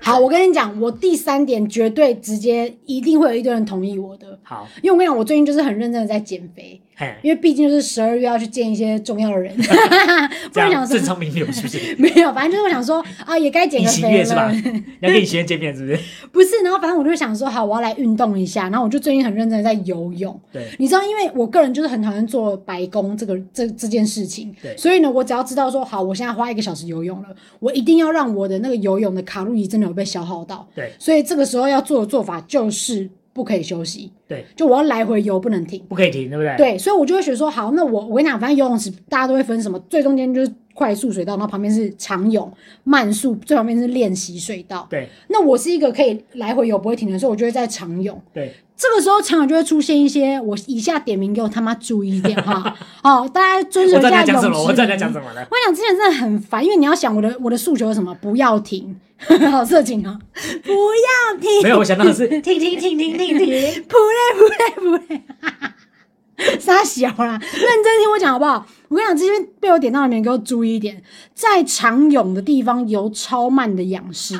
好，我跟你讲，我第三点绝对直接一定会有一堆人同意我的，好，因为我跟你讲，我最近就是很认真的在减肥，嘿，因为毕竟就是十二月要去见一些重要的 人，不这然想样正说常名流是不是？ 没有，反正就是我想说啊，也该减尹个喜肥月是吧了，？ 你要跟尹喜月见面是不是？不是，然后反正我就想说，好，我要来运动一下，然后我就最近很认真的在游泳。对，你知道，因为我个人就是很讨厌做白工这个这这件事情，对所以呢，我只要知道说，好，我现在花一个小时游泳了，我一定要让我的那个游泳的卡路里真的有被消耗到，对，所以这个时候要做的做法就是不可以休息，对，就我要来回游，不能停。不可以停，对不对？，对，所以我就会学说，好，那我我跟你讲，反正游泳池大家都会分什么，最中间就是快速水道，然后旁边是长泳、慢速，最旁边是练习水道。对，那我是一个可以来回游不会停的，所以我就会在长泳。对，这个时候常常就会出现一些，我以下点名给我他妈注意一点 哈，哦，大家遵守我一知道你下要讲泳什池。么，我知道你要讲什么了。我想之前真的很烦，因为你要想我的我的诉求是什么？不要 停， 好色情啊！不要停，没有，我想到 的是停停停停停停， 不累不累不累，傻小啦！认真听我讲好不好？我跟你讲，这边被我点到的人给我注意一点，在长泳的地方游超慢的仰式，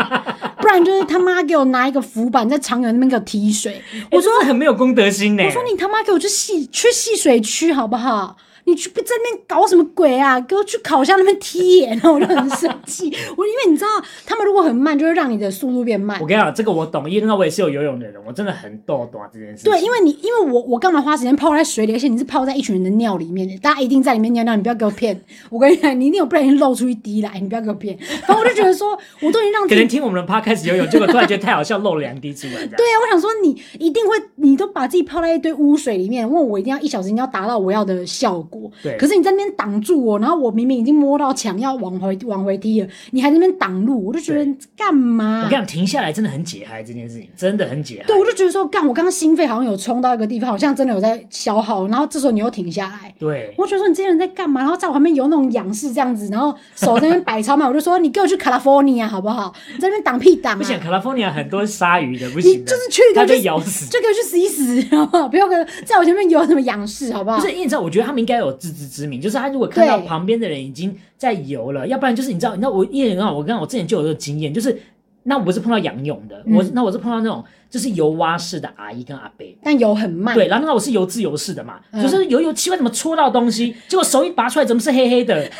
不然就是他妈给我拿一个浮板在长泳那边给我踢水。我说真的很没有公德心呢。我说你他妈给我去戏去戏水区好不好？你去在那边搞什么鬼啊？给我去烤箱那边踢耶！然后我就很生气，我因为你知道，他们如果很慢，就会让你的速度变慢我。跟你讲，这个我懂，因为那我也是有游泳的人，我真的很懂懂这件事情。对，因为你因为我我干嘛花时间泡在水里，而且你是泡在一群人的尿里面的，大家一定在里面尿尿，你不要给我骗。我跟你讲，你一定有不小心漏出一滴来，你不要给我骗。然后我就觉得说，我都已经让自可己能听我们的 podcast 游泳，结果突然觉得太好笑，漏了两滴出来。对对，啊，我想说你一定会，你都把自己泡在一堆污水里面，问我一定要一小时，你要达到我要的效果。对可是你在那边挡住我，然后我明明已经摸到墙要往回往回踢了，你还在那边挡路，我就觉得对干我嘛跟你？讲，停下来真的很解嗨，这件事情真的很解嗨。对，我就觉得说，干，我刚刚心肺好像有冲到一个地方，好像真的有在消耗，然后这时候你又停下来，对，我觉得说你这些人在干嘛？然后在我旁边有那种仰视这样子，然后手在那边摆超慢，我就 说你给我去 California 好不好？你在那边挡屁挡不啊想！California 很多鲨鱼的，不你行的，就是去给它我去被咬死。就给我去死一死， 好不好？不要跟在我前面有什么仰视，好不好？不是，因为你知道，我觉得他们应该有自知之明，就是他如果看到嗯对旁边的人已经在游了，要不然就是你知道，你知道我因为你知道我跟我之前就有这个经验，就是那我不是碰到仰泳的，我嗯那我是碰到那种就是游蛙式的阿姨跟阿伯。但游很慢，对，然后那我是游自由式的嘛，嗯就是游游奇怪怎么戳到东西，结果手一拔出来怎么是黑黑的？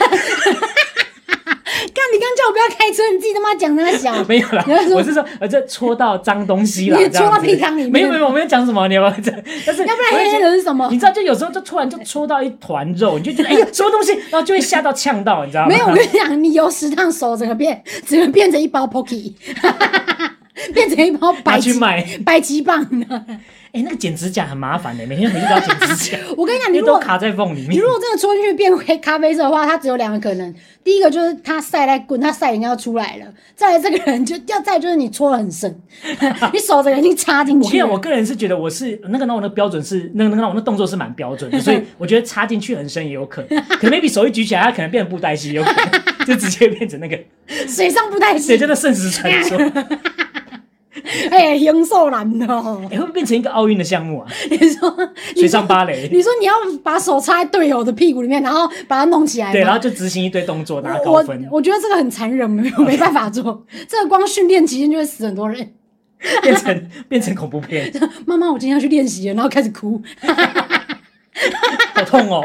干你刚叫我不要开车，你自己他妈讲那小，没有啦你要，说我是说呃这戳到脏东西啦，你这样戳到子屁缸里面没有没有，我没有讲什么，你要不要这？但是要不我就然黑觉黑得的是什么你？知道，就有时候就突然就戳到一团肉，你就觉得哎 呀什么东西，然后就会吓到呛到，你知道吗？没有，我跟你讲，你游十趟手整个变，整个变成一包 pocky，变成一包拿白去鸡卖。白鸡棒。 哎、那个剪指甲很麻烦的、每天回去都要剪 指甲，我跟你讲，因你为如都果卡在缝里你面如。果真的戳进去变黑咖啡色的话，它只有两个可能，第一个就是它晒在滚，它晒应该要出来了；再来这个人就要再来就是你戳的很深， 你手整个已经插进我跟你去讲，我了。个人是觉得我是那个那我的标准是那个那个那我那动作是蛮标准 的，所以我觉得插进去很深也有可能，可能 maybe 手一举起来，它可能变成布袋戏，有可能就直接变成 那个，水上不太对，行真，的圣石传 说，哎、哎，英寿男的哦。哎会不会变成一个奥运的项目啊？你说 水上芭蕾，你说你要把手插在队友的屁股里面，然后把它弄起来吗，对，然后就执行一堆动作拿高我分，我觉得这个很残忍，没有没办法做。这个光训练期间就会死很多人。变成变成恐怖片，妈妈，我今天要去练习了，然后开始哭。好痛 哦！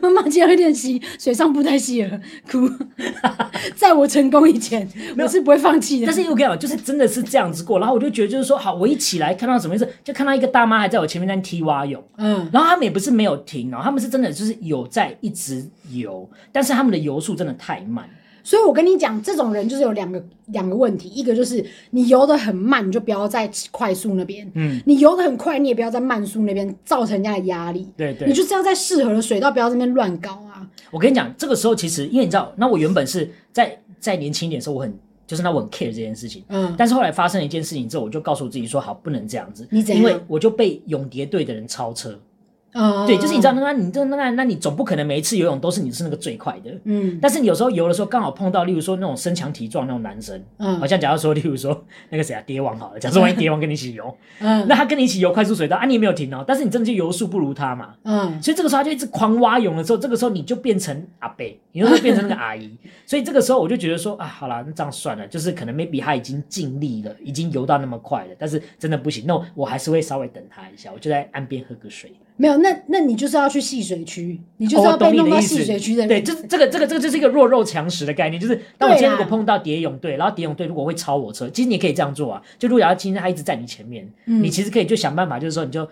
妈妈，今天要去练习水上步态戏了，哭。 在我成功以前，没有我是不会放弃的。但是我跟你讲，就是真的是这样子过，然后我就觉得就是说，好，我一起来看到什么意思，就看到一个大妈还在我前面在踢蛙泳，嗯，然后他们也不是没有停哦，他们是真的就是有在一直游，但是他们的游速真的太慢。所以我跟你讲，这种人就是有两个两个问题，一个就是你游得很慢，你就不要在快速那边；嗯，你游得很快，你也不要在慢速那边造成人家的压力。对对你就是要在适合的水道，不要这边乱搞啊。我跟你讲，这个时候其实因为你知道，那我原本是在在年轻一点的时候，我很就是那我很 care 这件事情。嗯，但是后来发生了一件事情之后，我就告诉我自己说，好，不能这样子，你怎样因为我就被永蝶队的人超车。呃，对，就是你知道，，那你这那那那你总不可能每一次游泳都是你是那个最快的。嗯但是你有时候游的时候刚好碰到，例如说那种身强体壮那种男生，好嗯像假如说，例如说那个谁啊，蝶王好了，假设万一蝶王跟你一起游，嗯那他跟你一起游快速水道啊，你也没有停哦，但是你真的就游速不如他嘛，嗯，所以这个时候他就一直狂蛙泳的时候，这个时候你就变成阿伯，你就会变成那个阿姨。所以这个时候我就觉得说啊，好啦，那这样算了，就是可能 maybe 他已经尽力了，已经游到那么快了，但是真的不行，那我我还是会稍微等他一下，我就在岸边喝个水。没有，那那你就是要去戏水区，你就哦是我要被懂你弄的到意思戏水区的人。对，这这个这个这个就是一个弱肉强食的概念，就是当我今天如果对啦啊碰到蝶泳队，然后蝶泳队如果会超我车，其实你也可以这样做啊，就如果要今天他一直在你前面，嗯你其实可以就想办法，就是说你就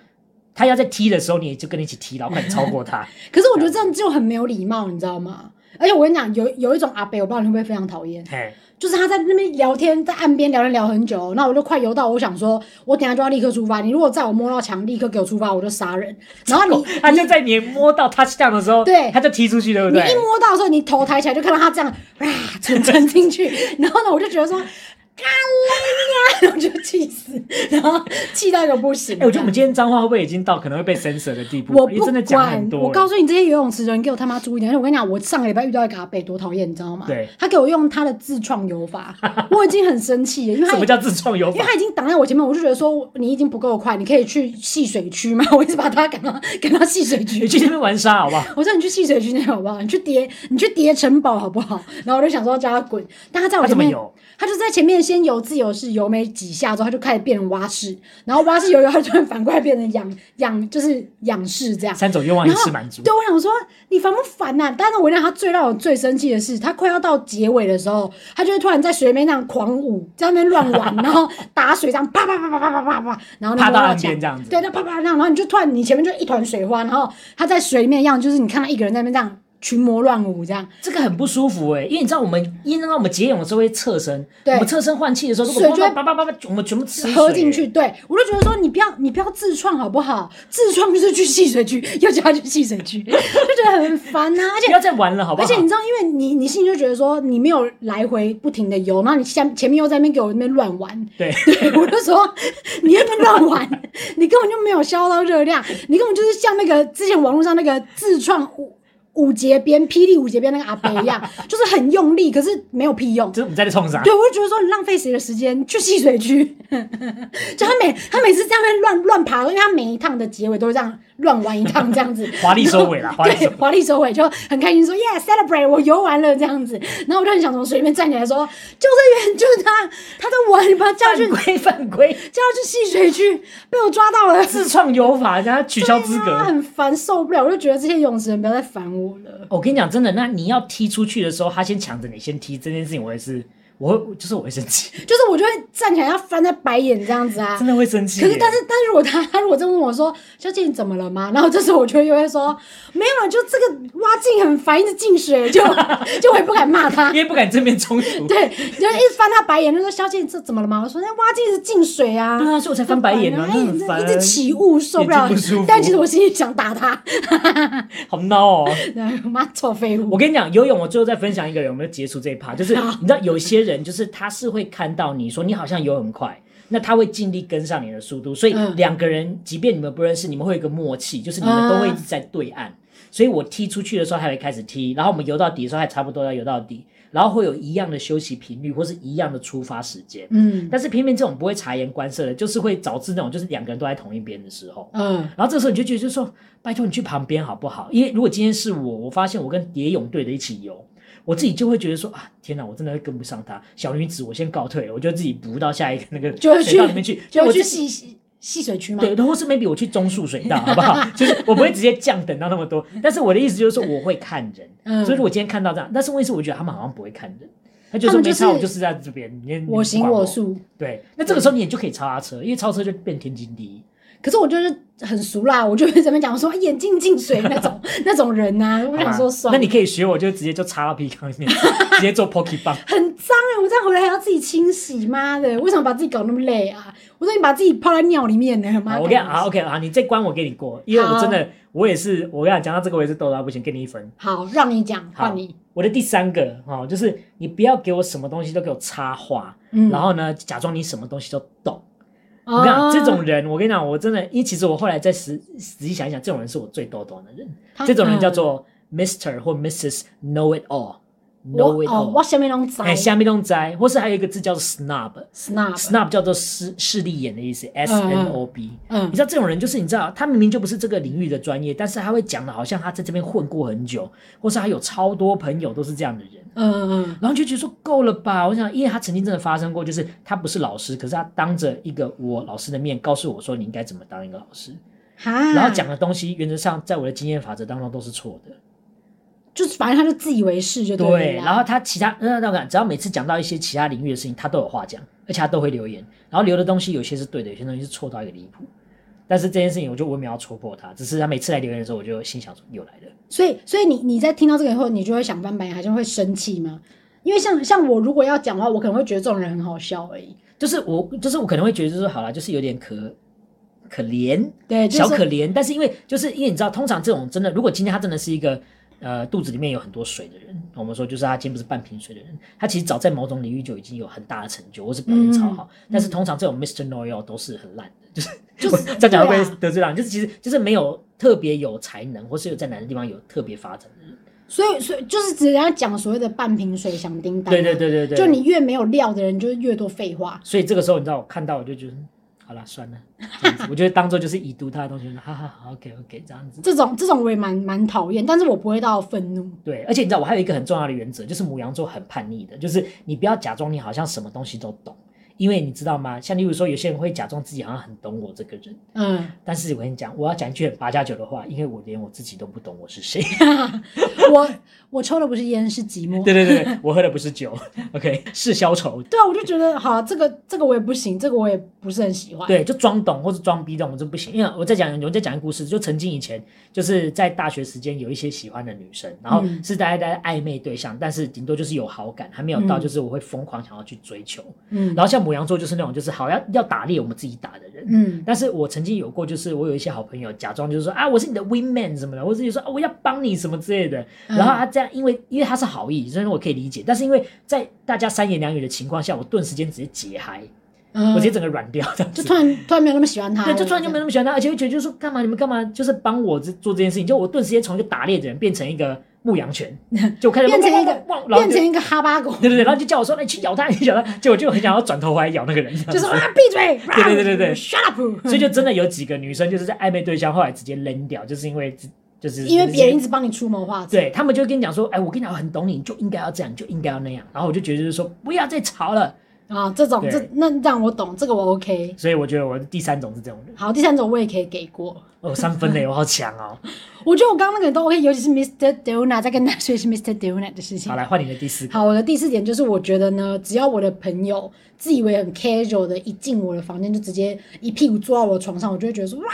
他要在踢的时候，你也就跟你一起踢，然后快点超过 他。可是我觉得这样就很没有礼貌，你知道吗？而且我跟你讲，有有一种阿伯，我不知道你会不会非常讨厌，嘿，就是他在那边聊天，在岸边聊天聊很久，那我就快游到，我想说，我等一下就要立刻出发。你如果在我摸到墙，立刻给我出发，我就杀 哦人。然后你他就在你摸到 touchdown 的时候，对他就踢出去，啊对不你对？一摸到的时候，你头抬起来就看到他这样啊，沉沉进去。 然后呢，我就觉得说，干嘞呀，我就气死，然后气到一个不行。哎、我觉得我们今天脏话会不会已经到可能会被 censor 的地步？我因为不真的讲管很，多了。我告诉你，这些游泳池的人给我他妈注意点！而且我跟你讲，我上个礼拜遇到一个阿伯，多讨厌，你知道吗？对，他给我用他的自创游法， 我已经很生气了，因为哎什他么。叫自创游因为法？他已经挡在我前面，我就觉得说你已经不够快，你可以去戏水区嘛。 我一直把他赶到赶到戏水你区，去那边玩沙好不好？我说你去戏水区那好不好？你去叠你去叠城堡好不好？然后我就想说叫他滚，但他在我他前怎么面，游？他就在前面先游自由式，游没几下之后，他就开始变成蛙式，然后蛙式游游，他就反过来变成仰仰就是仰式这样。三种愿望一然后次满足。对，我想说你烦不烦呐、但是我让他最让我最生气的是，他快要到结尾的时候，他就会突然在水里面那样狂舞，在那边乱 玩，然后打水这样啪啪啪啪啪啪啪啪，然后趴到岸前，边这样子对，就啪啪那样，然后你就突然你前面就一团水花，然后他在水里面一样，就是你看他一个人在那边这样群魔乱舞这样，这个很不舒服哎、因为你知道我们，因为你知道我们节泳的时候会侧身，对我们侧身换气的时候，如果水碰就到会叭叭叭叭，我们全部吃水喝进去。。对我就觉得说你不要你不要自创好不好？自创就是去戏水区， 又叫他去戏水区，就 觉得很烦呐、而且不要再玩了，好不而好？且你知道，因为你你心里就觉得说你没有来回不停的游，然后你前前面又在那边给我那边乱玩， 对， 对我就说你那边乱玩，你根本就没有消耗到热量，你根本就是像那个之前网络上那个自创五五节鞭、霹雳五节鞭那个阿伯一样， 就是很用力，可是没有屁用。就是我们在这冲啥？对，我就觉得说你浪费谁的时间去戏水区， 就他每他每次这样在乱乱爬，因为他每一趟的结尾都是这样乱玩一趟这样子， 华丽收 尾啦，华丽收对尾，。华丽收尾就很开心说 Yeah celebrate，我游完了这样子，然后我就很想从水里面站起来说，救生员就是他，他在玩，你把他叫去犯规 犯规，叫他去戏水区，被我抓到了， 自创游法，人家取消资他格。很烦，受不了，我就觉得这些泳池人不要再烦我了。我跟你讲，真的，那你要踢出去的时候，他先抢着你先踢，这件事情我也是，我会就是我会生 气，就是我就会站起来要翻他白眼这样子啊真。的会生气耶。欸可是，但是，但是，如果他他如果真问我说：“小姐，你怎么了吗？”然后这时候我就又会说：“没有啊，就这个蛙镜很烦，一直进水，就 就我也不敢骂 他。”因为不敢正面冲突。对，就一直翻他白眼，就说：“小姐，你这怎么了嘛？”我说：“那蛙镜是进水啊。”对啊，所以我才 翻白眼啊，哎那很这烦，一直起雾，受不了眼睛不舒服。但其实我心里想打他， 好闹哦。然后妈臭废物我。跟你讲，游泳，我最后再分享一个人，我们就结束这一趴。就是好你知道，有些人就是他是会看到你说你好像游很快，那他会尽力跟上你的速度，所以嗯两个人即便你们不认识，你们会有一个默契，就是你们啊都会一直在对岸。所以我踢出去的时候，他会开始踢，然后我们游到底的时候，还差不多要游到底，然后会有一样的休息频率或是一样的出发时间。嗯但是偏偏这种不会察言观色的，就是会导致那种就是两个人都在同一边的时候。嗯然后这时候你就觉得，就说拜托你去旁边好不好？因为如果今天是我，我发现我跟蝶泳队的一起游，我自己就会觉得说啊，天哪，我真的会跟不上他。小女子，我先告退了，我就自己补到下一个那个 就会水道去里面去，就我去自戏戏戏水区嘛。对，或是 maybe 我去中速水道，好 不好？就是我不会直接降等到那么多，但是我的意思就是说我会看人，嗯所以如果今天看到这样，但是问题是我觉得他们好像不会看人，他就他说们没就是差，我就是在这边，你我行我。你不管素。对，那这个时候你也就可以超他车，因为超车就变天经地义。可是我就是很俗啦， 我就会怎么讲说哎眼镜进水那 种那种人呐、我好吧想说算那了。你可以学我，就直接就插到皮缸里 面，直接做 Pocky 棒。很脏哎、我这样回来还要自己清洗，妈的，为什么把自己搞那么累啊？我说你把自己泡在尿里面呢，妈好的。我跟你讲，好 OK，好，你这关我给你过，因为我好真的，我也是，我跟你讲，讲到这个我也是逗到不行，给你一分。好，让你讲，好换你。我的第三个哦，就是你不要给我什么东西都给我插话，嗯然后呢，假装你什么东西都懂。我跟你讲，哦这种人，我跟你讲，我真的，因为其实我后来再实仔细想一想，这种人是我最头痛的人。他这种人叫嗯做 Mr 或 Mrs Know It All，Know 我 It 哦，我 All。下面拢知哎，下面弄摘，或是还有一个字叫做 snob，snob ，snob，叫做势势利眼的意思，S 嗯 N 嗯 O B。嗯你知道这种人就是你知道，他明明就不是这个领域的专业，但是他会讲的好像他在这边混过很久，或是他有超多朋友都是这样的人。嗯嗯然后就觉得说够了吧，我想，因为他曾经真的发生过，就是他不是老师，可是他当着一个我老师的面告诉我说你应该怎么当一个老师，嗯，哈，然后讲的东西原则上在我的经验法则当中都是错的。就是反正他就自以为是就了对，啦然后他其他呃那那感，只要每次讲到一些其他领域的事情，他都有话讲，而且他都会留言，然后留的东西有些是对的，有些东西是错到一个离谱。但是这件事情，我就我也没有要戳破他，只是他每次来留言的时候，我就心想说又来了。所以，所以你你在听到这个以后，你就会想翻白眼，还是会生气吗？因为像像我如果要讲的话，我可能会觉得这种人很好笑而已。就是我，就是我可能会觉得，就是说好了，就是有点可可怜，对，就是哎小说可怜。但是因为就是因为你知道，通常这种真的，如果今天他真的是一个呃肚子里面有很多水的人，我们说就是他今天不是半瓶水的人，他其实早在某种领域就已经有很大的成就，或是表现超好。但是通常这种 Mr. Noel 都是很烂的，就是嗯就是我这样讲会对不啊会得罪到人？就是其实就是没有特别有才能，或是有在哪个地方有特别发展的人。所以所以就是只要讲所谓的半瓶水响叮当啊、对对对对对，就你越没有料的人，就是越多废话。所以这个时候，你知道我看到我就觉得，嗯好啦，算了， 这样子我觉得当做就是已读他的东西，哈哈好，OK OK，这样子。这种这种我也蛮蛮讨厌，但是我不会到愤怒。对，而且你知道，我还有一个很重要的原则，就是母羊座很叛逆的，就是你不要假装你好像什么东西都懂，因为你知道吗？像例如说，有些人会假装自己好像很懂我这个人，嗯，但是我跟你讲，我要讲一句很八加九的话，因为我连我自己都不懂我是谁。我我抽的不是烟，是寂寞。 对对对，对我喝的不是酒，OK，是 消愁。对啊，我就觉得好，这个这个我也不行，这个我也不是很喜欢。对，就装懂或者装逼懂，这不行。因为我再讲，我再讲一个故事，就曾经以前就是在大学时间有一些喜欢的女生，然后嗯是大家在暧昧对象，但是顶多就是有好感，还没有到嗯就是我会疯狂想要去追求。嗯，然后像母羊座就是那种就是好要要打猎我们自己打的人。嗯但是我曾经有过，就是我有一些好朋友假装就是说啊，我是你的 win man 什么的，或者就说、啊、我要帮你什么之类的。嗯然后他这样，因为因为他是好意，所以我可以理解。但是因为在大家三言两语的情况下，我顿时间直接节嗨，嗯，我直接整个软掉，这样就子突然突然没有那么喜欢他了，对，就突然就没那么喜欢他，而且会觉得就是说干嘛你们干嘛就是帮我这做这件事情，就我顿时间从一个打猎的人变成一个牧羊 犬，就我开始变成一个汪汪汪汪然后变就成一个哈巴狗，对对对，然后就叫我说哎去咬它，你去咬它，结果就很想要转头回来咬那个人，就是啊闭嘴，对对对对对，shut up，所以就真的有几个女生就是在暧昧对象后来直接扔掉，就是因为只就是因为别人一直帮你出谋划策，对他们就跟你讲说，哎，我跟你讲，我很懂你，你就应该要这样，你就应该要那样。然后我就觉得就是说，不要再吵了。啊，这种对这那让我懂，这个我 OK。所以我觉得我的第三种是这种人，好，第三种我也可以给过，哦，三分嘞，我好强哦。我觉得我刚刚那个都 OK，尤其是 Mr. Donut 在跟他说是 Mr. Donut 的事情好，。来换你的第四个。好，我的第四点就是，我觉得呢，只要我的朋友自以为很 casual 的一进我的房间，就直接一屁股坐到我的床上，我就会觉得说哇，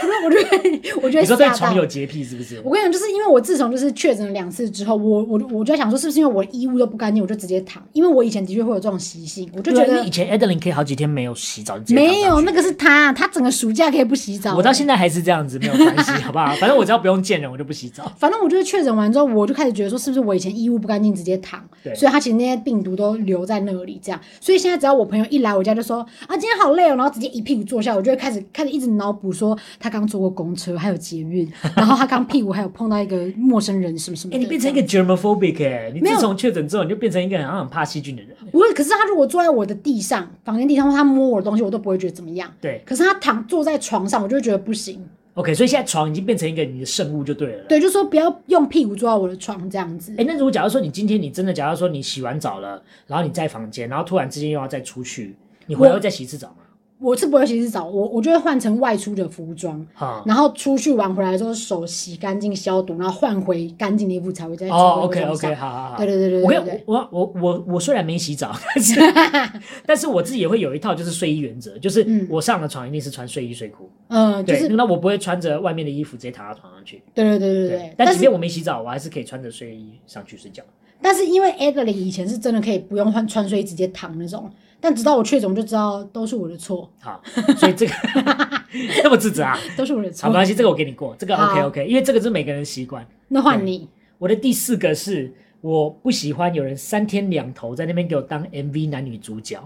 我就我就会我就你会吓说对到。床有洁癖是不是？我跟你讲，就是因为我自从就是确诊了两次之后，我我我就在想说，是不是因为我的衣物都不干净，我就直接躺？因为我以前的确会有这种习性，我就觉对啊因为得以前 Adeline 可以好几天没有洗澡就直接没躺有，上去那个是他，他整个暑假可以不洗澡。我到现在还是这样子，没有关系，好不好？反正我只要不用见人，我就 不洗澡。反正我就是确诊完之后，我就开始觉得说，是不是我以前衣物不干净，直接躺对，所以他其实那些病毒都留在那里，这样。所以现在只要我朋友一来我家，就说啊今天好累哦，然后直接一屁股坐下，我就会开始开始一直脑补说他刚坐过公车，还有捷运，然后他刚屁股还有碰到一个陌生人什么什么 的。哎、你变成一个 germophobic 哎、你没自有从确诊之后，你就变成一个好像很怕细菌的人。不是，可是他如果坐在我的地上，房间地上，或他摸我的东西，我都不会觉得怎么样。对可是他躺坐在床上，我就会觉得不行。 ，OK，所以现在床已经变成一个你的圣物就对了。对，就说不要用屁股坐到我的床这样子。哎、那如果假如说你今天你真的，假如说你洗完澡了，然后你在房间，然后突然之间又要再出去，你回来会再洗一次澡吗？我是不会洗澡，我我就会换成外出的服装，哈、然后出去玩回来之后手洗干净消毒，然后换回干净的衣服才会再哦走回，OK 床上 OK，好好好。对对对对我对跟对。我我我我虽然没洗澡，但是但是我自己也会有一套就是睡衣原则，就是嗯我上了床一定是穿睡衣睡裤，嗯，就对，是那我不会穿着外面的衣服直接躺到床上去。对对对对对。但但即便是我没洗澡，我还是可以穿着睡衣上去睡觉。但是因为 Adeline 以前是真的可以不用换穿睡衣直接躺那种，但直到我确诊我就知道都是我的错，好，所以 这个 那么自责啊，都是我的好，没错。关系，这个我给你过，这个好 OK OK，因为这个是每个人的习惯。那换你，我的第四个是，我不喜欢有人三天两头在那边给我当 MV 男女主角。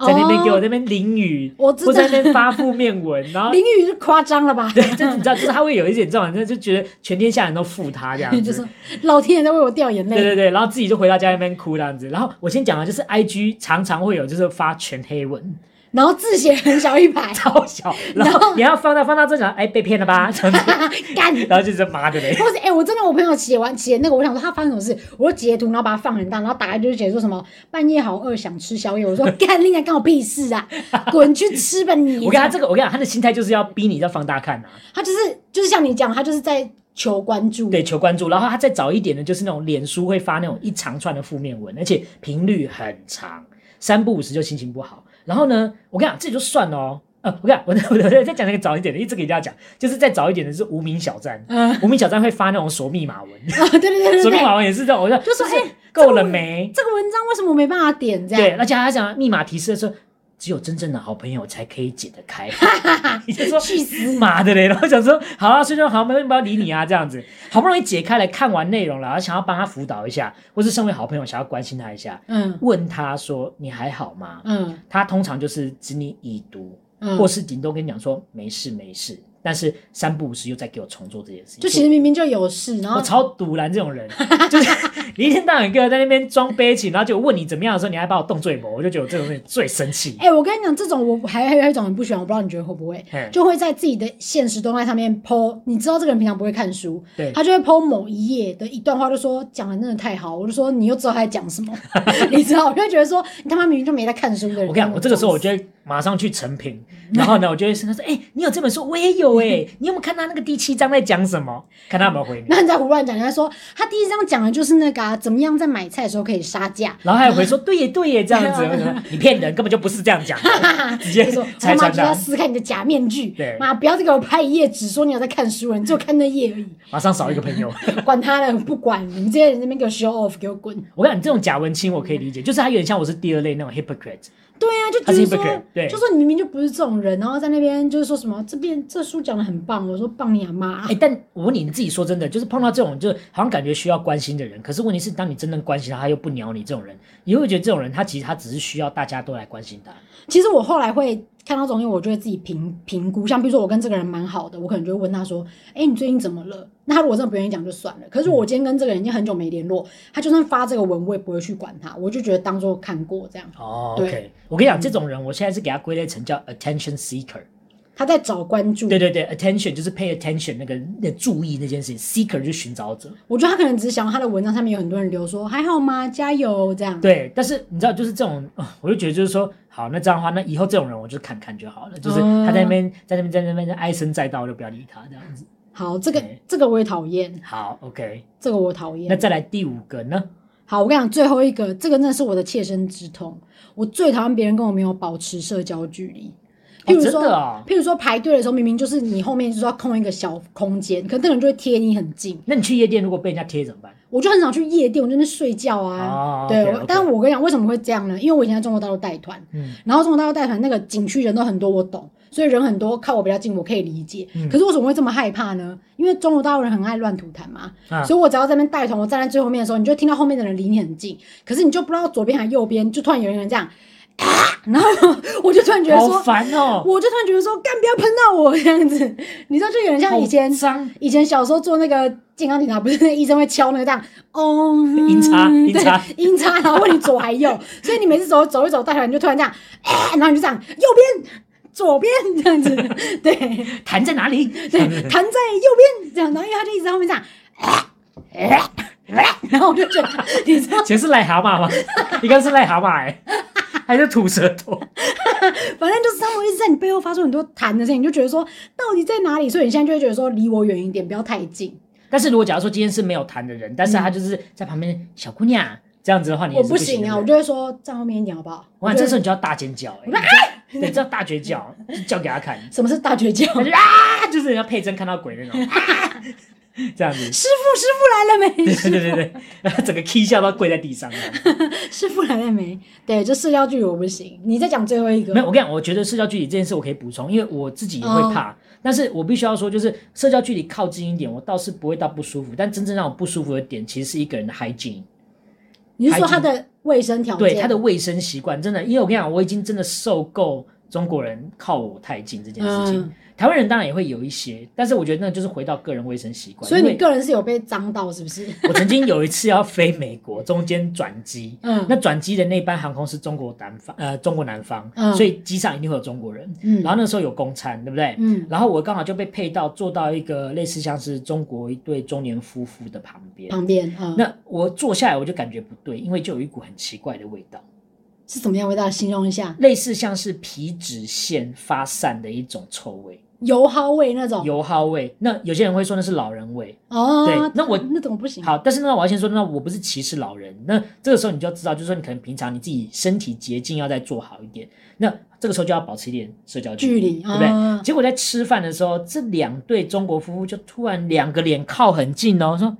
在那边给哦我在那边淋雨，我知或在道那边发负面文，然后淋雨是夸张了吧？ 对，就是你知道，就是他会有一点这种，就就觉得全天下人都负他这样 就子是。老天爷在为我掉眼对泪。对对，然后自己就回到家那边哭这样子。然后我先讲啊，就是 I G 常常会有就是发全黑文，然后字写很小一排，超小，然后你要放大放大正常，哎，被骗了吧？这样子 干！然后就是妈的嘞，或是哎、我真的我朋友写完写那个，我想说他发生什么事，我就截图，然后把它放很大，然后打开就是写说什么半夜好饿想吃宵夜， 我说干你敢干我屁事啊，滚去吃吧你！我跟他这个，我跟你讲，他的心态就是要逼你要放大看啊，他就是就是像你讲，他就是在求关注，对，求关注。然后他再早一点呢，就是那种脸书会发那种一长串的负面文，而且频率很长，三不五时就心情不好。然后呢，我跟你讲，这就算了哦。呃，我跟你讲，我我 我再讲那个早一点的，一直给大家讲，就是再早一点的是无名小 站，嗯 无名小站会发那种锁密码文，啊，对对对对锁密对，码文也是这种，我说就说是哎够了没？这个文章为什么我没办法点这对，样？而且他讲密码提示的时候，只有真正的好朋友才可以解得 开。你就说去死 妈的嘞！然后想说，好啊，所以说好，没人不要理你啊，这样子，好不容易解开了，看完内容了，然后想要帮他辅导一下，或是身为好朋友想要关心他一下，嗯问他说你还好吗？嗯他通常就是指你已读，嗯，或是顶多跟你讲说没事没事，但是三不五时又再给我重做这件事情，就其实明哦明就有事，然后我超堵拦这种人， 就是你一天到晚跟我在那边装悲情，然后就问你怎么样的时候，你还把我动罪魔，我就觉得我这种人最生气。哎、我跟你讲，这种我还还有一种很不喜欢，我不知道你觉得会不会嗯，就会在自己的现实动态上面 PO。你知道这个人平常不会看书，对他就会 PO 某一页的一段话，就说讲的真的太好，我就说你又知道他在讲什 么，你知道，我就会觉得说你他妈明明就没在看书的人。我跟你讲，我这个时候我就会马上去成品，然后呢，我就会跟他说：“哎、你有这本书，我也有哎、你有没有看他那个第七章在讲什么？看他有没有回你。那你在胡乱讲，人家说他第一章讲的就是那个、啊、怎么样在买菜的时候可以杀 价”，然后还有回说：“对耶，对耶，这样子。我说”你骗人，根本就不是这样讲的，直接就说他拆妈穿就是要他，撕开你的假面具对，妈不要再给我拍一页纸说你有在看书了，你只有看那页而 已，马上少一个朋友。管他的，不管你们这些人在那边给我 show off，给我滚。我跟你讲，这种假文青我可以理解，就是他有点像我是第二类那种 hypocrite，对啊，就他觉是得 hypocrite，说，对就说你明明就不是这种人，然后在那边就是说什么这边这书讲的很棒，我说棒你阿妈哎、，但我问你，你自己说真的，就是碰到这种，就好像感觉需要关心的人，可是问题是，当你真正关心他，他又不鸟你这种人，你会不会觉得这种人，他其实他只是需要大家都来关心他。其实我后来会看到这种东西，我就会自己评评估，像比如说我跟这个人蛮好的，我可能就会问他说，哎、你最近怎么了？那他如果真的不愿意讲就算嗯了，可是我今天跟这个人已经很久没联络，他就算发这个文，我也不会去管他，我就觉得当做看过这样，哦对嗯，OK，我跟你讲，这种人，我现在是给他归类成叫 attention seeker。他在找关注。对对对，attention 就是 pay attention 那个那注意那件事情，seeker 就是寻找者。我觉得他可能只是想他的文章上面有很多人留说还好吗，加油这样。对，但是你知道，就是这种，呃我就觉得就是说，好，那这样的话，那以后这种人我就看看就好了，就是哦他在那边、在那边在那边唉声载道，我就不要理他这样子。好，这个对这个我也讨厌，好，OK，这个我讨厌那。再来第五个呢？好，我跟你讲，最后一个，这个真的是我的切身之痛。我最讨厌别人跟我没有保持社交距离。譬哦如真说，的哦譬如说排队的时候，明明就是你后面就是要空一个小空间，可能那个人就会贴你很近。那你去夜店如果被人家贴怎么办？我就很少去夜店，我就在那边睡觉啊。哦对 OK，OK 我但我跟你讲，为什么会这样呢？因为我以前在中国大陆带团，嗯然后中国大陆带团那个景区人都很多，我懂，所以人很多，靠我比较近，我可以理解。嗯可是为什么会这么害怕呢？因为中国大陆人很爱乱吐痰嘛，啊所以我只要在那边带团，我站在最后面的时候，你就听到后面的人离你很近，可是你就不知道左边还右边，就突然有一个人这样， 啊，然后我就突然觉得好说，烦哦，我就突然觉得说，干不要喷到我这样子，你知道，就有点像以前好脏以前小时候做那个健康检查，不是那医生会敲那个这样，哦，音叉对音叉音叉，然后问你左还右， 所以你每次走走一走，大小你就突然这样， 哎、然后你就这样，右边。左边这样子， 对对，痰在哪里？ 弹在右边这样，然后因为他就一直在后面这样，哎哎哎然后我就觉得，你知道，前是癞蛤蟆 吗？你刚是癞蛤蟆哎、还是吐舌头？反正就是他们一直在你背后发出很多弹的声音，你就觉得说到底在哪里？所以你现在就会觉得说离我远一点，不要太近。但是如果假如说今天是没有痰的人，但是他就是在旁边小姑娘这样子的话，你嗯也我是不行行的啊，我就会说站后面一点好不好？我哇，就这会时候你就要大尖叫、我说啊哎，对，这要大绝叫，就叫给 他看，什么是大绝交？他就啊，就是人家佩珍看到鬼那种，啊、 这样子。师傅，师傅来了没？ 对对对对， 然后整个 K 笑到跪在地上这样子。师傅来了没？对，这社交距离我不行。你再讲最后一个没，有，我跟你讲，我觉得社交距离这件事我可以补充，因为我自己也会怕，哦但是我必须要说，就是社交距离靠近一点，我倒是不会到不舒服，但真正让我不舒服的点，其实是一个人的 hygiene。你是说他的卫生条件，对他的卫生习惯，真的，因为我跟你讲，我已经真的受够中国人靠我太近这件事情。嗯台湾人当然也会有一些，但是我觉得那就是回到个人卫生习惯。所以因你为个人是有被脏到是不是？我曾经有一次要飞美国，中间转机，嗯，那转机的那班航空是中国南方，呃，中国南方，嗯所以机上一定会有中国人。嗯然后那时候有公餐，对不对？嗯然后我刚好就被配到坐到一个类似像是中国一对中年夫妇的旁边。旁边啊，嗯那我坐下来我就感觉不对，因为就有一股很奇怪的味道，是怎么样？味道形容一下，类似像是皮脂腺发散的一种臭味，油蒿味那种。油耗味。那有些人会说那是老人味，哦，对那我那种不行。好，但是呢，我要先说，那我不是歧视老人。那这个时候你就要知道，就是说你可能平常你自己身体洁净要再做好一点。那这个时候就要保持一点社交距距离，离，对不对？啊结果在吃饭的时候，这两对中国夫妇就突然两个脸靠很近哦，说：“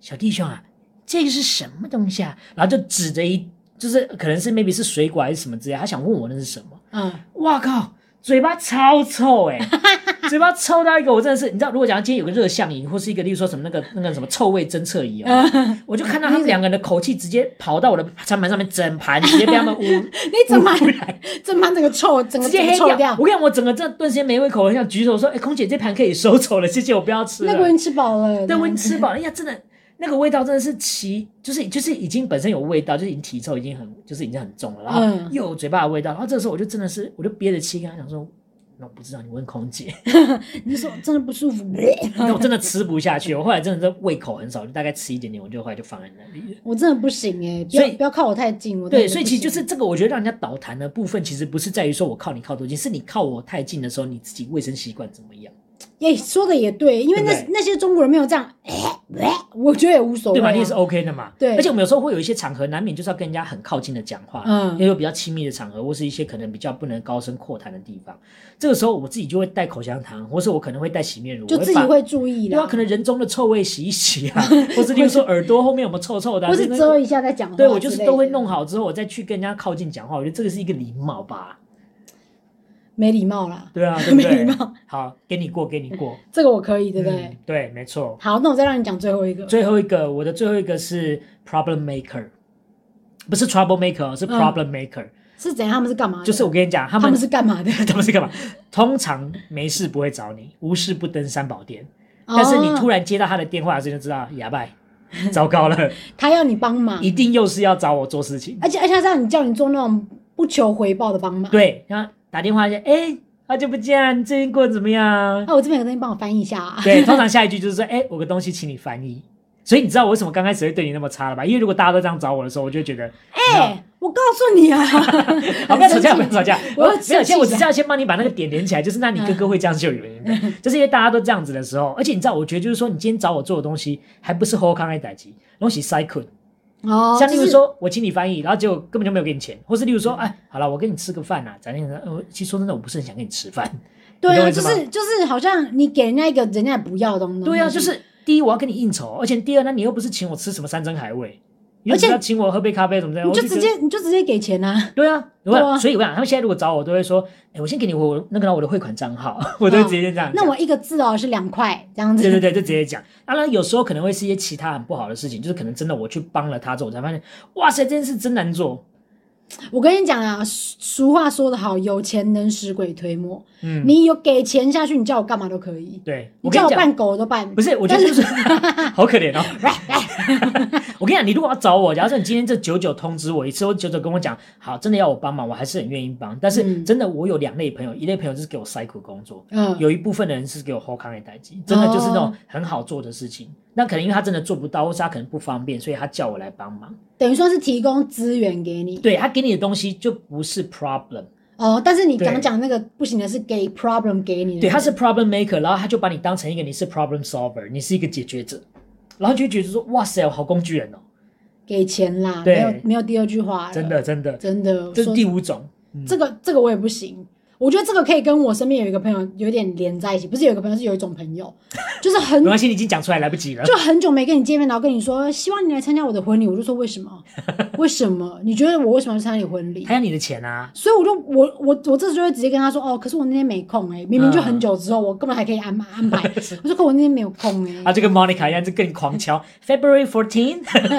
小弟兄啊，这个是什么东西啊？”然后就指着一，就是可能是 maybe 是水果还是什么之类，他想问我那是什么。 嗯，哇靠，嘴巴超臭 哎、嘴巴臭到一个，我真的是，你知道，如果假如今天有个热像仪，或是一个，例如说什么那个那个什么臭味侦测仪嗯哦，我就看到他们两个人的口气直接跑到我的餐盘上面，整盘直接被他们污 你怎么污染，怎么整个臭，整个直接整黑个臭掉掉。我？跟你讲，我整个这顿时间没胃口，很想举手说：“哎、空姐，这盘可以收走了，谢谢，我不要吃 了。那”个人吃饱了，对，我已经吃饱了。哎呀，真的，那个味道真的是奇，就是就是已经本身有味道，就是已经体臭，已经很就是已经很重了，然后嗯又有嘴巴的味道，然后这个时候我就真的是，我就憋着气跟他讲说。那我不知道，你问空姐。 你说真的不舒服， 那我真的吃不下去，我后来真的是胃口很少，就大概吃一点点，我就后来就放在那里了。我真的不行哎，不所以要不要靠我太近，我真的对，不所以其实就行是这个，我觉得让人家倒弹的部分，其实不是在于说我靠你靠多近，是你靠我太近的时候，你自己卫生习惯怎么样。哎，说的也对，因为那对不对那些中国人没有这样， 我觉得也无所谓对吧？啊你也是 OK 的嘛。对而且我们有时候会有一些场合，难免就是要跟人家很靠近的讲话，嗯也有比较亲密的场合，或是一些可能比较不能高声阔谈的地方。这个时候我自己就会带口香糖，或是我可能会带洗面乳，就我自己把。会注意对啊，啦，可能人中的臭味洗一洗 啊，或是例如说耳朵后面有没有臭臭的、啊，或是那个遮一下再讲话之类对的。我就是都会弄好之后，我再去跟人家靠近讲话，我觉得这个是一个礼貌吧，没礼貌啦，对啊，对不没对礼貌？好，给你过，给你过，这个我可以，对不对嗯？对，没错。好，那我再让你讲最后一个，最后一个，我的最后一个是 problem maker，不是 trouble maker，哦是嗯 problem maker、是怎样？他们是干嘛的？就是我跟你讲，他他们们是干嘛的？哦他们是干嘛？通常没事不会找你，无事不登三宝殿。 但是你突然然接到他的电话的时候，就知道哑 巴，糟糕了，他要你帮忙，一定又是要找我做事情。而且而且他让你叫你做那种不求回报的帮忙。对，然后打电话就哎，好久不见啊，你最近过得怎么样啊？啊，我这边有个东西帮我翻译一下啊。对，通常下一句就是说，哎，我个东西请你翻译。所以你知道我为什么刚开始会对你那么差了吧？因为如果大家都这样找我的时候，我就会觉得，哎、我告诉你啊， 好，不要 吵架，不要吵架。我我要没有，现在我只是生要先帮你把那个点连起来，就是那你哥哥会这样是有原因的，嗯就是因为大家都这样子的时候，而且你知道，我觉得就是说，你今天找我做的东西，还不是后康来代机，东西 cycle，哦，像例如就是说我请你翻译，然后结果根本就没有给你钱，或是例如说，哎，好了，我跟你吃个饭啊，咱那个，呃其实说真的，我不是很想跟你吃饭。对啊，你就懂我意思是就是好像你给人家一个人家也不要的东西，对啊， 就是第一我要跟你应酬，而且第二，那你又不是请我吃什么山珍海味，你又而且不是要请我喝杯咖啡怎么样，你我就觉直得接你就直接给钱啊，对啊，对啊我所以我想他们现在如果找我，都会说，哎，我先给你我那个我的汇款账号， 我都会嗯直接这样讲。那我一个字哦是两块这样子， 对对对，就直接讲。当然，有时候可能会是一些其他很不好的事情，就是可能真的我去帮了他之后，我才发现，哇塞，这件事真难做。我跟你讲啊，俗俗话说得好，有钱能使鬼推磨，嗯，你有给钱下去，你叫我干嘛都可以，对你我跟叫你我讲，扮狗我都扮，哎不是，我觉得就是 好可怜哦。 我跟你讲，你如果要找我，假如说你今天这九九通知我一次，或九九跟我讲，好，真的要我帮忙，我还是很愿意帮。但是嗯真的，我有两类朋友，一类朋友就是给我塞苦工作，嗯，有一部分的人是给我后康的代金，真的就是哦那种很好做的事情。那可能因为他真的做不到，或是他可能不方便，所以他叫我来帮忙。等于说是提供资源给你，对他给你的东西就不是 problem。哦，但是你对刚讲那个不行的是给 problem 给你的，对，他是 problem maker，然后他就把你当成一个你是 problem solver，你是一个解决者，然后就觉得说哇塞，我好工具人哦，给钱啦，对没有没有第二句话了，真的真的，真的，这嗯是说第五种，这个这个我也不行，我觉得这个可以跟我身边有一个朋友有点连在一起，不是有一个朋友是有一种朋友，就是很没关系，你已经讲出来来不及 了。就很久没跟你见面，然后跟你说哎希望你来参加我的婚礼，我就说为什么？为什么？你觉得我为什么要参加你婚礼还？有你的钱啊，所以我就我我我这时候就会直接跟他说哦，可是我那天没空哎、明明就很久之后，我根本还可以安排安排。我说可我那天没有空哎、啊，就跟 Monica 一样，就更狂敲 February fourteen，这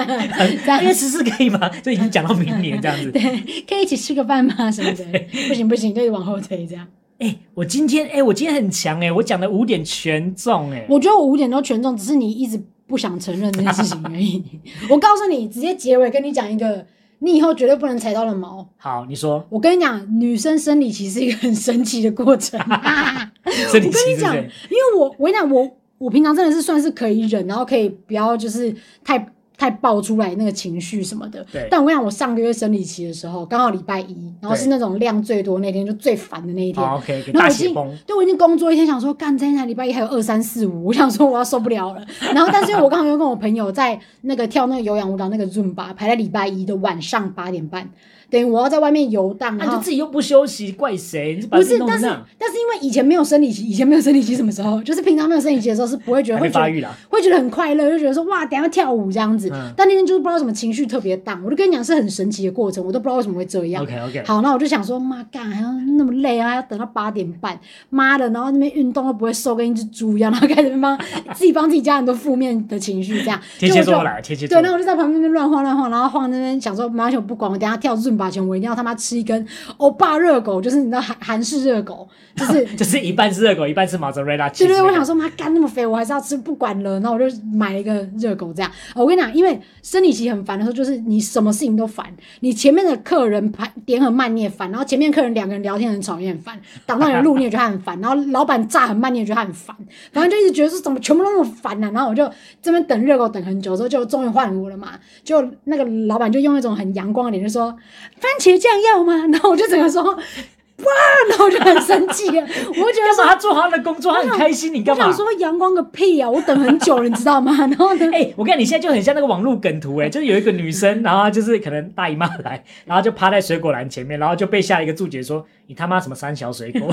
样 因为十四可以吗？就已经讲到明年这样子。对，可以一起吃个饭吗？什么的，不行不行，就是往后推这样。哎、我今天哎、我今天很强哎、我讲的五点全中哎、我觉得我五点都全中，只是你一直不想承认这件事情而已。我告诉你，直接结尾跟你讲一个，你以后绝对不能踩到的毛。好，你说我跟你讲，女生生理期是一个很神奇的过程。 生理我跟期你是不讲，是？因为我我跟你讲，我我平常真的是算是可以忍，然后可以不要就是太太爆出来那个情绪什么的。对但我跟你讲，我上个月生理期的时候，刚好礼拜一，然后是对那种量最多那天，就最烦的那一天。好，OK，给然大后我已血经崩。啊对我已经工作一天，想说干，今天才礼拜一还有二三四五，我 想说我要受不了了。然后，但是因为我刚好又跟我朋友在那个跳那个有氧舞蹈那个 Zoom 吧，排在礼拜一的晚上八点半，等于我要在外面游荡。那、然啊你后就自己又不休息，怪谁？你就把不自己是，弄但成是那样，但是因为以前没有生理期，以前没有生理期什么时候？就是平常没有生理期的时候是不会觉得还会没觉发得育啦。会觉得很快乐，就觉得说哇，等一下跳舞这样子。嗯但那天就是不知道什么情绪特别荡，我就跟你讲是很神奇的过程，我都不知道为什么会这样。 OK OK，好，那我就想说，妈干，还要那么累啊，还要等到八点半，妈的，然后那边运动都不会瘦，跟一只猪一样，然后开始帮自己帮自己加很多负面的情绪，这样。天结蝎果座就来了，天蝎座对，那我就在旁边那边乱晃乱晃，然后晃那边想说，妈球不管，我等一下跳润把前，我一定要他妈吃一根欧巴热狗，就是你知道韩韩式热狗，就是。就是一半是热狗，一半是马泽瑞拉。对对，对我想说，妈干那么肥，我还是要吃，不管了。然后我就买了一个热狗，这样。啊我跟你讲，因为生理期很烦的时候，就是你什么事情都烦，你前面的客人排点很慢你也烦，然后前面客人两个人聊天很吵你也很烦，挡到你的路你也觉得他很烦，然后老板炸很慢你也觉得他很烦，反正就一直觉得说怎么全部都那么烦呢、然后我就这边等热狗等很久之后，就终于换我了嘛。就那个老板就用一种很阳光的脸就说：“番茄酱要吗？”然后我就整个说。哇！然后我就很生气了，我就觉得干说嘛？他做好他的工作，他很开心，你干啊我嘛想？说阳光个屁啊！我等很久了，你知道吗？ 然后呢，哎、我跟你讲，你现在就很像那个网络梗图、 哎，就是有一个女生，然后她就是可能大姨妈来，然后就趴在水果篮前面，然后就被下一个注解说你他妈什么三小水 果，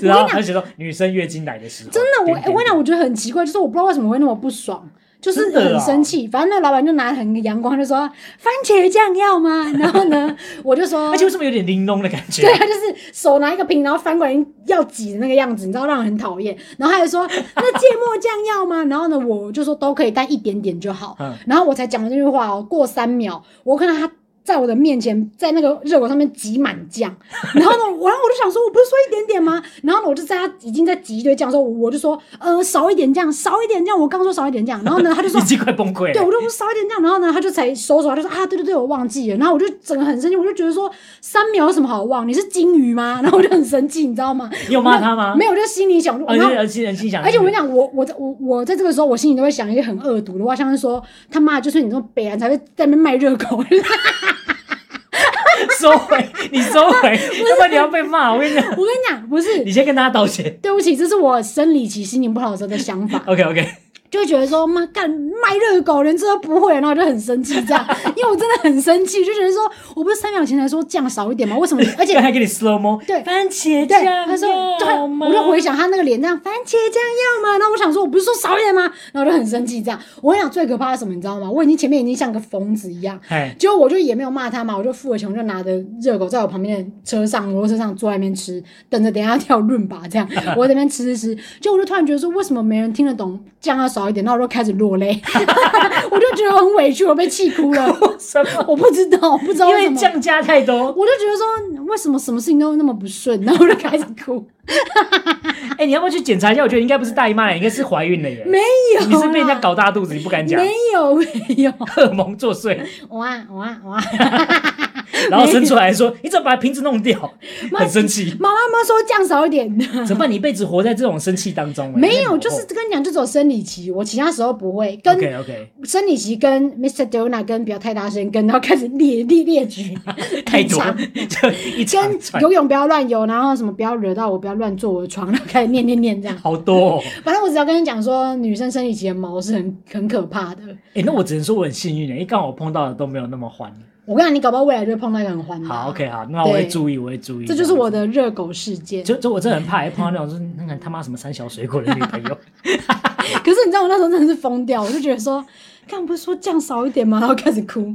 然后她就写说女生月经来的时候，真的我，哎点点我跟你讲，我觉得很奇怪，就是我不知道为什么会那么不爽，就是真的啊很生气。反正那个老板就拿得很阳光，就说番茄酱要吗？然后呢，我就说 而，且为什么有点玲珑的感觉对？他就是手拿一个瓶，然后翻过来要挤的那个样子，你知道让人很讨厌。然后他还说那芥末酱要吗？然后呢，我就说都可以，但一点点就好。嗯然后我才讲了这句话哦，过三秒，我看到他在我的面前，在那个热狗上面挤满酱，然后呢，我然后我就想说，我不是说一点点吗？然后呢，我就在他已经在挤一堆酱的时候，我就说，呃，少一点酱，少一点酱，我刚说少一点酱，然后呢，他就说已，经快崩溃对，了。我就说少一点酱，然后呢，他就才收手，他就说啊，对对对，我忘记了，然后我就整个很生气，我就觉得说三秒有什么好忘？你是金鱼吗？然后我就很生气，你知道吗？你有骂他吗？没有，我就心里想，哦，然你后是人心人心想，而且我跟你讲，我我在我我在这个时候，我心里都会想一些很恶毒的话，像是说他妈就是你这种北兰才会在那边卖热狗，收回，你收 回，要不然你要被骂。我跟你讲，我跟你讲，不是你。先跟大家道歉。对不起，这是我生理期心情不好的时候的想法， OK OK，就会觉得说妈干卖热狗连这都不会，然后我就很生气这样，因为我真的很生气，就觉得说我不是三秒前才说酱少一点吗？为什么你？而且刚才给你 slow mo，对番茄对，酱，他说，对，我就回想他那个脸，这样番茄酱要吗？然后我想说，我不是说少一点吗？然后我就很生气，这样。我跟你讲最可怕的是什么，你知道吗？我已经前面已经像个疯子一样，哎，结果我就也没有骂他嘛，我就付了钱，我就拿着热狗在我旁边的车上摩托车上坐在那边吃，等着等一下跳润吧 这样。我在那边吃吃吃，就我就突然觉得说，为什么没人听得懂酱要少一点？然后我就开始落泪， 我就觉得很委屈，我被气哭了。什么？我不知道，我不知道因为什为么。酱加太多。我就觉得说，为什么什么事情都那么不顺，然后我就开始哭。哎，你要不要去检查一下？我觉得应该不是大姨妈来，应该是怀孕了耶。没有啦， 你是被人家搞大肚子，你不敢讲，没有没有， 荷尔蒙作祟，哇哇哇！然后生出来说你怎么把瓶子弄掉，很生气。妈妈妈说酱少一 点，怎么办？你一辈子活在这种生气当中？哎没有，就是跟你讲，就只有生理期，我其他时候不会跟。 OK OK，生理期跟 Mr. Dona 跟不要太大声跟，然后开始列列列举， 太多很长就一长跟串，游泳不要乱游，然后什么不要惹到我，不要乱坐我的床，然后开始念念 念这样。好多。哦。反正我只要跟你讲说，女生生理期的毛是很很可怕的。 哎、那我只能说我很幸运的，因为刚好我碰到的都没有那么欢。我跟你讲，你搞不好未来就会碰到一个很欢的。好，OK，好，那我会对注意，我会注意。这就是我的热狗事件。就就我真的 很怕碰到那种就是那个他妈什么三小水果的女朋友， 可是你知道我那时候真的是疯掉，我就觉得说，刚不是说酱少一点吗？然后开始哭。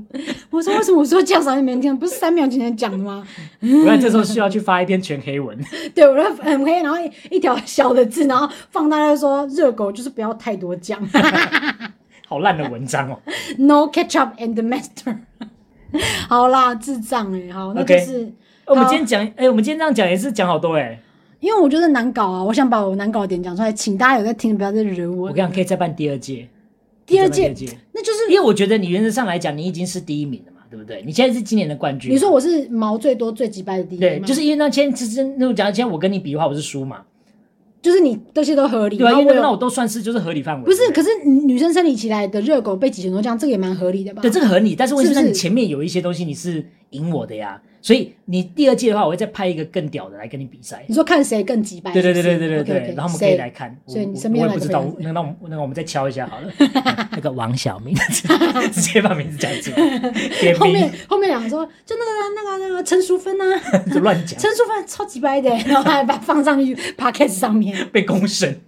我说为什么我说酱少一点没人听？不是三秒前才讲的吗？我在这时候需要去发一篇全黑文。对，我就很黑，然后一一条小的字，然后放大家说热狗就是不要太多酱好烂的 文章哦。 ，No ketchup and the master。好啦，智障哎、好，那就 OK 是我们好今天讲，哎、我们今天这样讲也是讲好多哎、因为我觉得难搞啊，我想把我难搞的点讲出来，请大家有在听，不要再惹我我跟你。讲，可以再办第二届。第二可以再届办，第二届，那就是因为我觉得你原则上来讲，你已经是第一名了嘛，对不对？你现在是今年的冠军。你说我是毛最多、最击败的第一对，吗就是因为那天其实那种讲，今天我跟你比的话，我是输嘛，就是你这些都合理，对吧、啊然后因为我那那有我都算是就是合理范围。不是，对可是女生生理期来的热狗被挤成都这样，这个也蛮合理的吧？对这个合理，但是问题是是不你是前面有一些东西你是赢我的呀，所以你第二届的话，我会再派一个更屌的来跟你比赛。你说看谁更击败？对对对对对对 OK，OK，对，然后我们可以谁来看，我所以你我身边我来也不个知道朋友，那那我们那我们再敲一下 好了，嗯那个王小明 直接把名字讲出来，点后名面后面两个说，就那个啊那个啊那个陈淑芬啊，就乱讲，陈淑芬超级白的，然后还把它放上去 podcast 上面。被公审。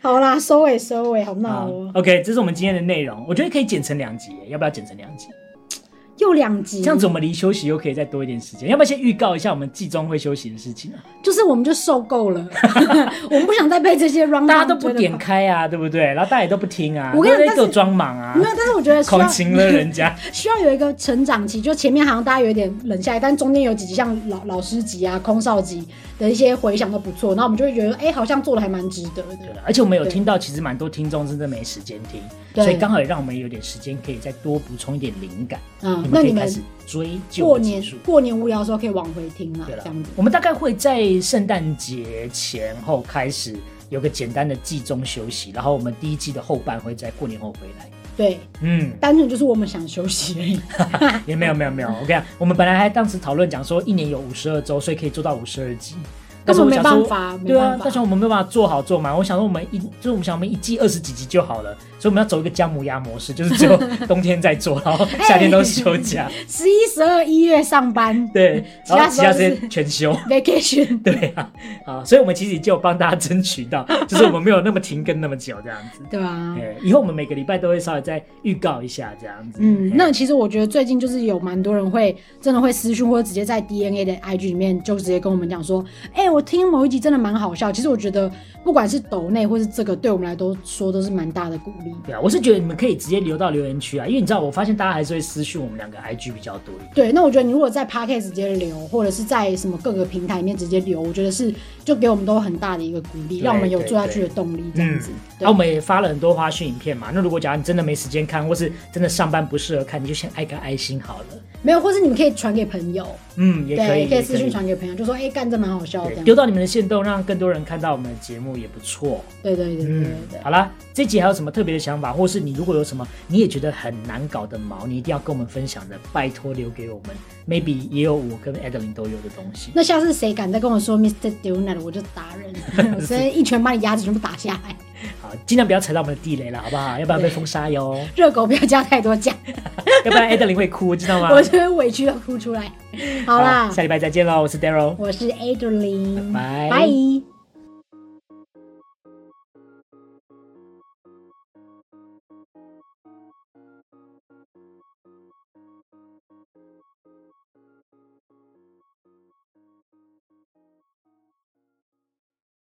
好啦，收尾收尾，好闹好哦， ，OK，这是我们今天的内容，我觉得可以剪成两集耶，要不要剪成两集？又两集，这样子我们离休息又可以再多一点时间，要不要先预告一下我们季中会休息的事情啊？就是我们就受够了，我们不想再被这些 round 大家都不点。开啊，对不对？然后大家也都不听啊，我跟你讲都在给但我是装忙啊没，有，但是我觉得需狂要情了人家。需要有一个成长期，就前面好像大家有点冷下来，但中间有几集像老老师级啊、空少级的一些回响都不错，然后我们就会觉得，哎、好像做的还蛮值得对啊的。了，而且我们有对听到，其实蛮多听众真的没时间听，对所以刚好也让我们有点时间可以再多补充一点灵感。嗯你，那们可你以们开始追究过的年集数。过年无聊的时候可以往回听啊，对这了样子，。我们大概会在圣诞节前后开始有个简单的季中休息，然后我们第一季的后半会在过年后回来。对，嗯，单纯就是我们想休息而已。也没有没有没有，我跟你讲，我们本来还当时讨论讲说一年有五十二周，所以可以做到五十二集。但是我没想说办，法，没对啊办，法。但是我们没有办法做好做满。我想说我们一就是我们想我们一季二十几集就好了，所以我们要走一个姜母鸭模式，就是只有冬天在 做，然后 夏天都休假，十一、十二、一月上班对，其他然后其他时时候间全休。 ，vacation。对啊，啊，所以我们其实就有帮大家争取 到，就是我们没有那么停更那么久这样子。对啊，对，以后我们每个礼拜都会稍微再预告一下这样子。嗯，那其实我觉得最近就是有蛮多人会真的会私讯或者直接在 DNA 的 IG 里面就直接跟我们讲说，哎、我听某一集真的蛮好笑。其实我觉得不管是抖内或是这个，对我们来都说都是蛮大的鼓励。对啊，我是觉得你们可以直接留到留言区啊，因为你知道，我发现大家还是会私讯我们两个 IG 比较多一点。对，那我觉得你如果在 Podcast 直接留，或者是在什么各个平台里面直接留，我觉得是就给我们都很大的一个鼓励，对让我们有做下对去的动力。这样子，然啊后我们也发了很多花絮影片嘛。那如果假如你真的没时间看，或是真的上班不适合看，你就先爱个爱心好了。没有，或是你们可以传给朋友，嗯，也可对，以，可以也私讯传给朋友，就说哎，干、这蛮好笑的这对样丢子。到你们的线动，让更多人看到我们的节目也不错。对对对对对嗯对，好啦，这集还有什么特别的想法，或是你如果有什么你也觉得很难搞的毛，你一定要跟我们分享的，拜托留给我们。Maybe 也有我跟 Adeline 都有的东西。那下次谁敢再跟我说 Mr. Donut，我就打人， 我直接一拳把你牙齿全部打下来。好，尽量不要踩到我们的地雷了，好不好？要不然被封杀哟，热狗不要加太多酱， 要不然 Adeline 会哭，知道吗？我就会委屈的哭出来。好啦，下礼拜再见喽，我是 Daryl，我是 Adeline，拜拜。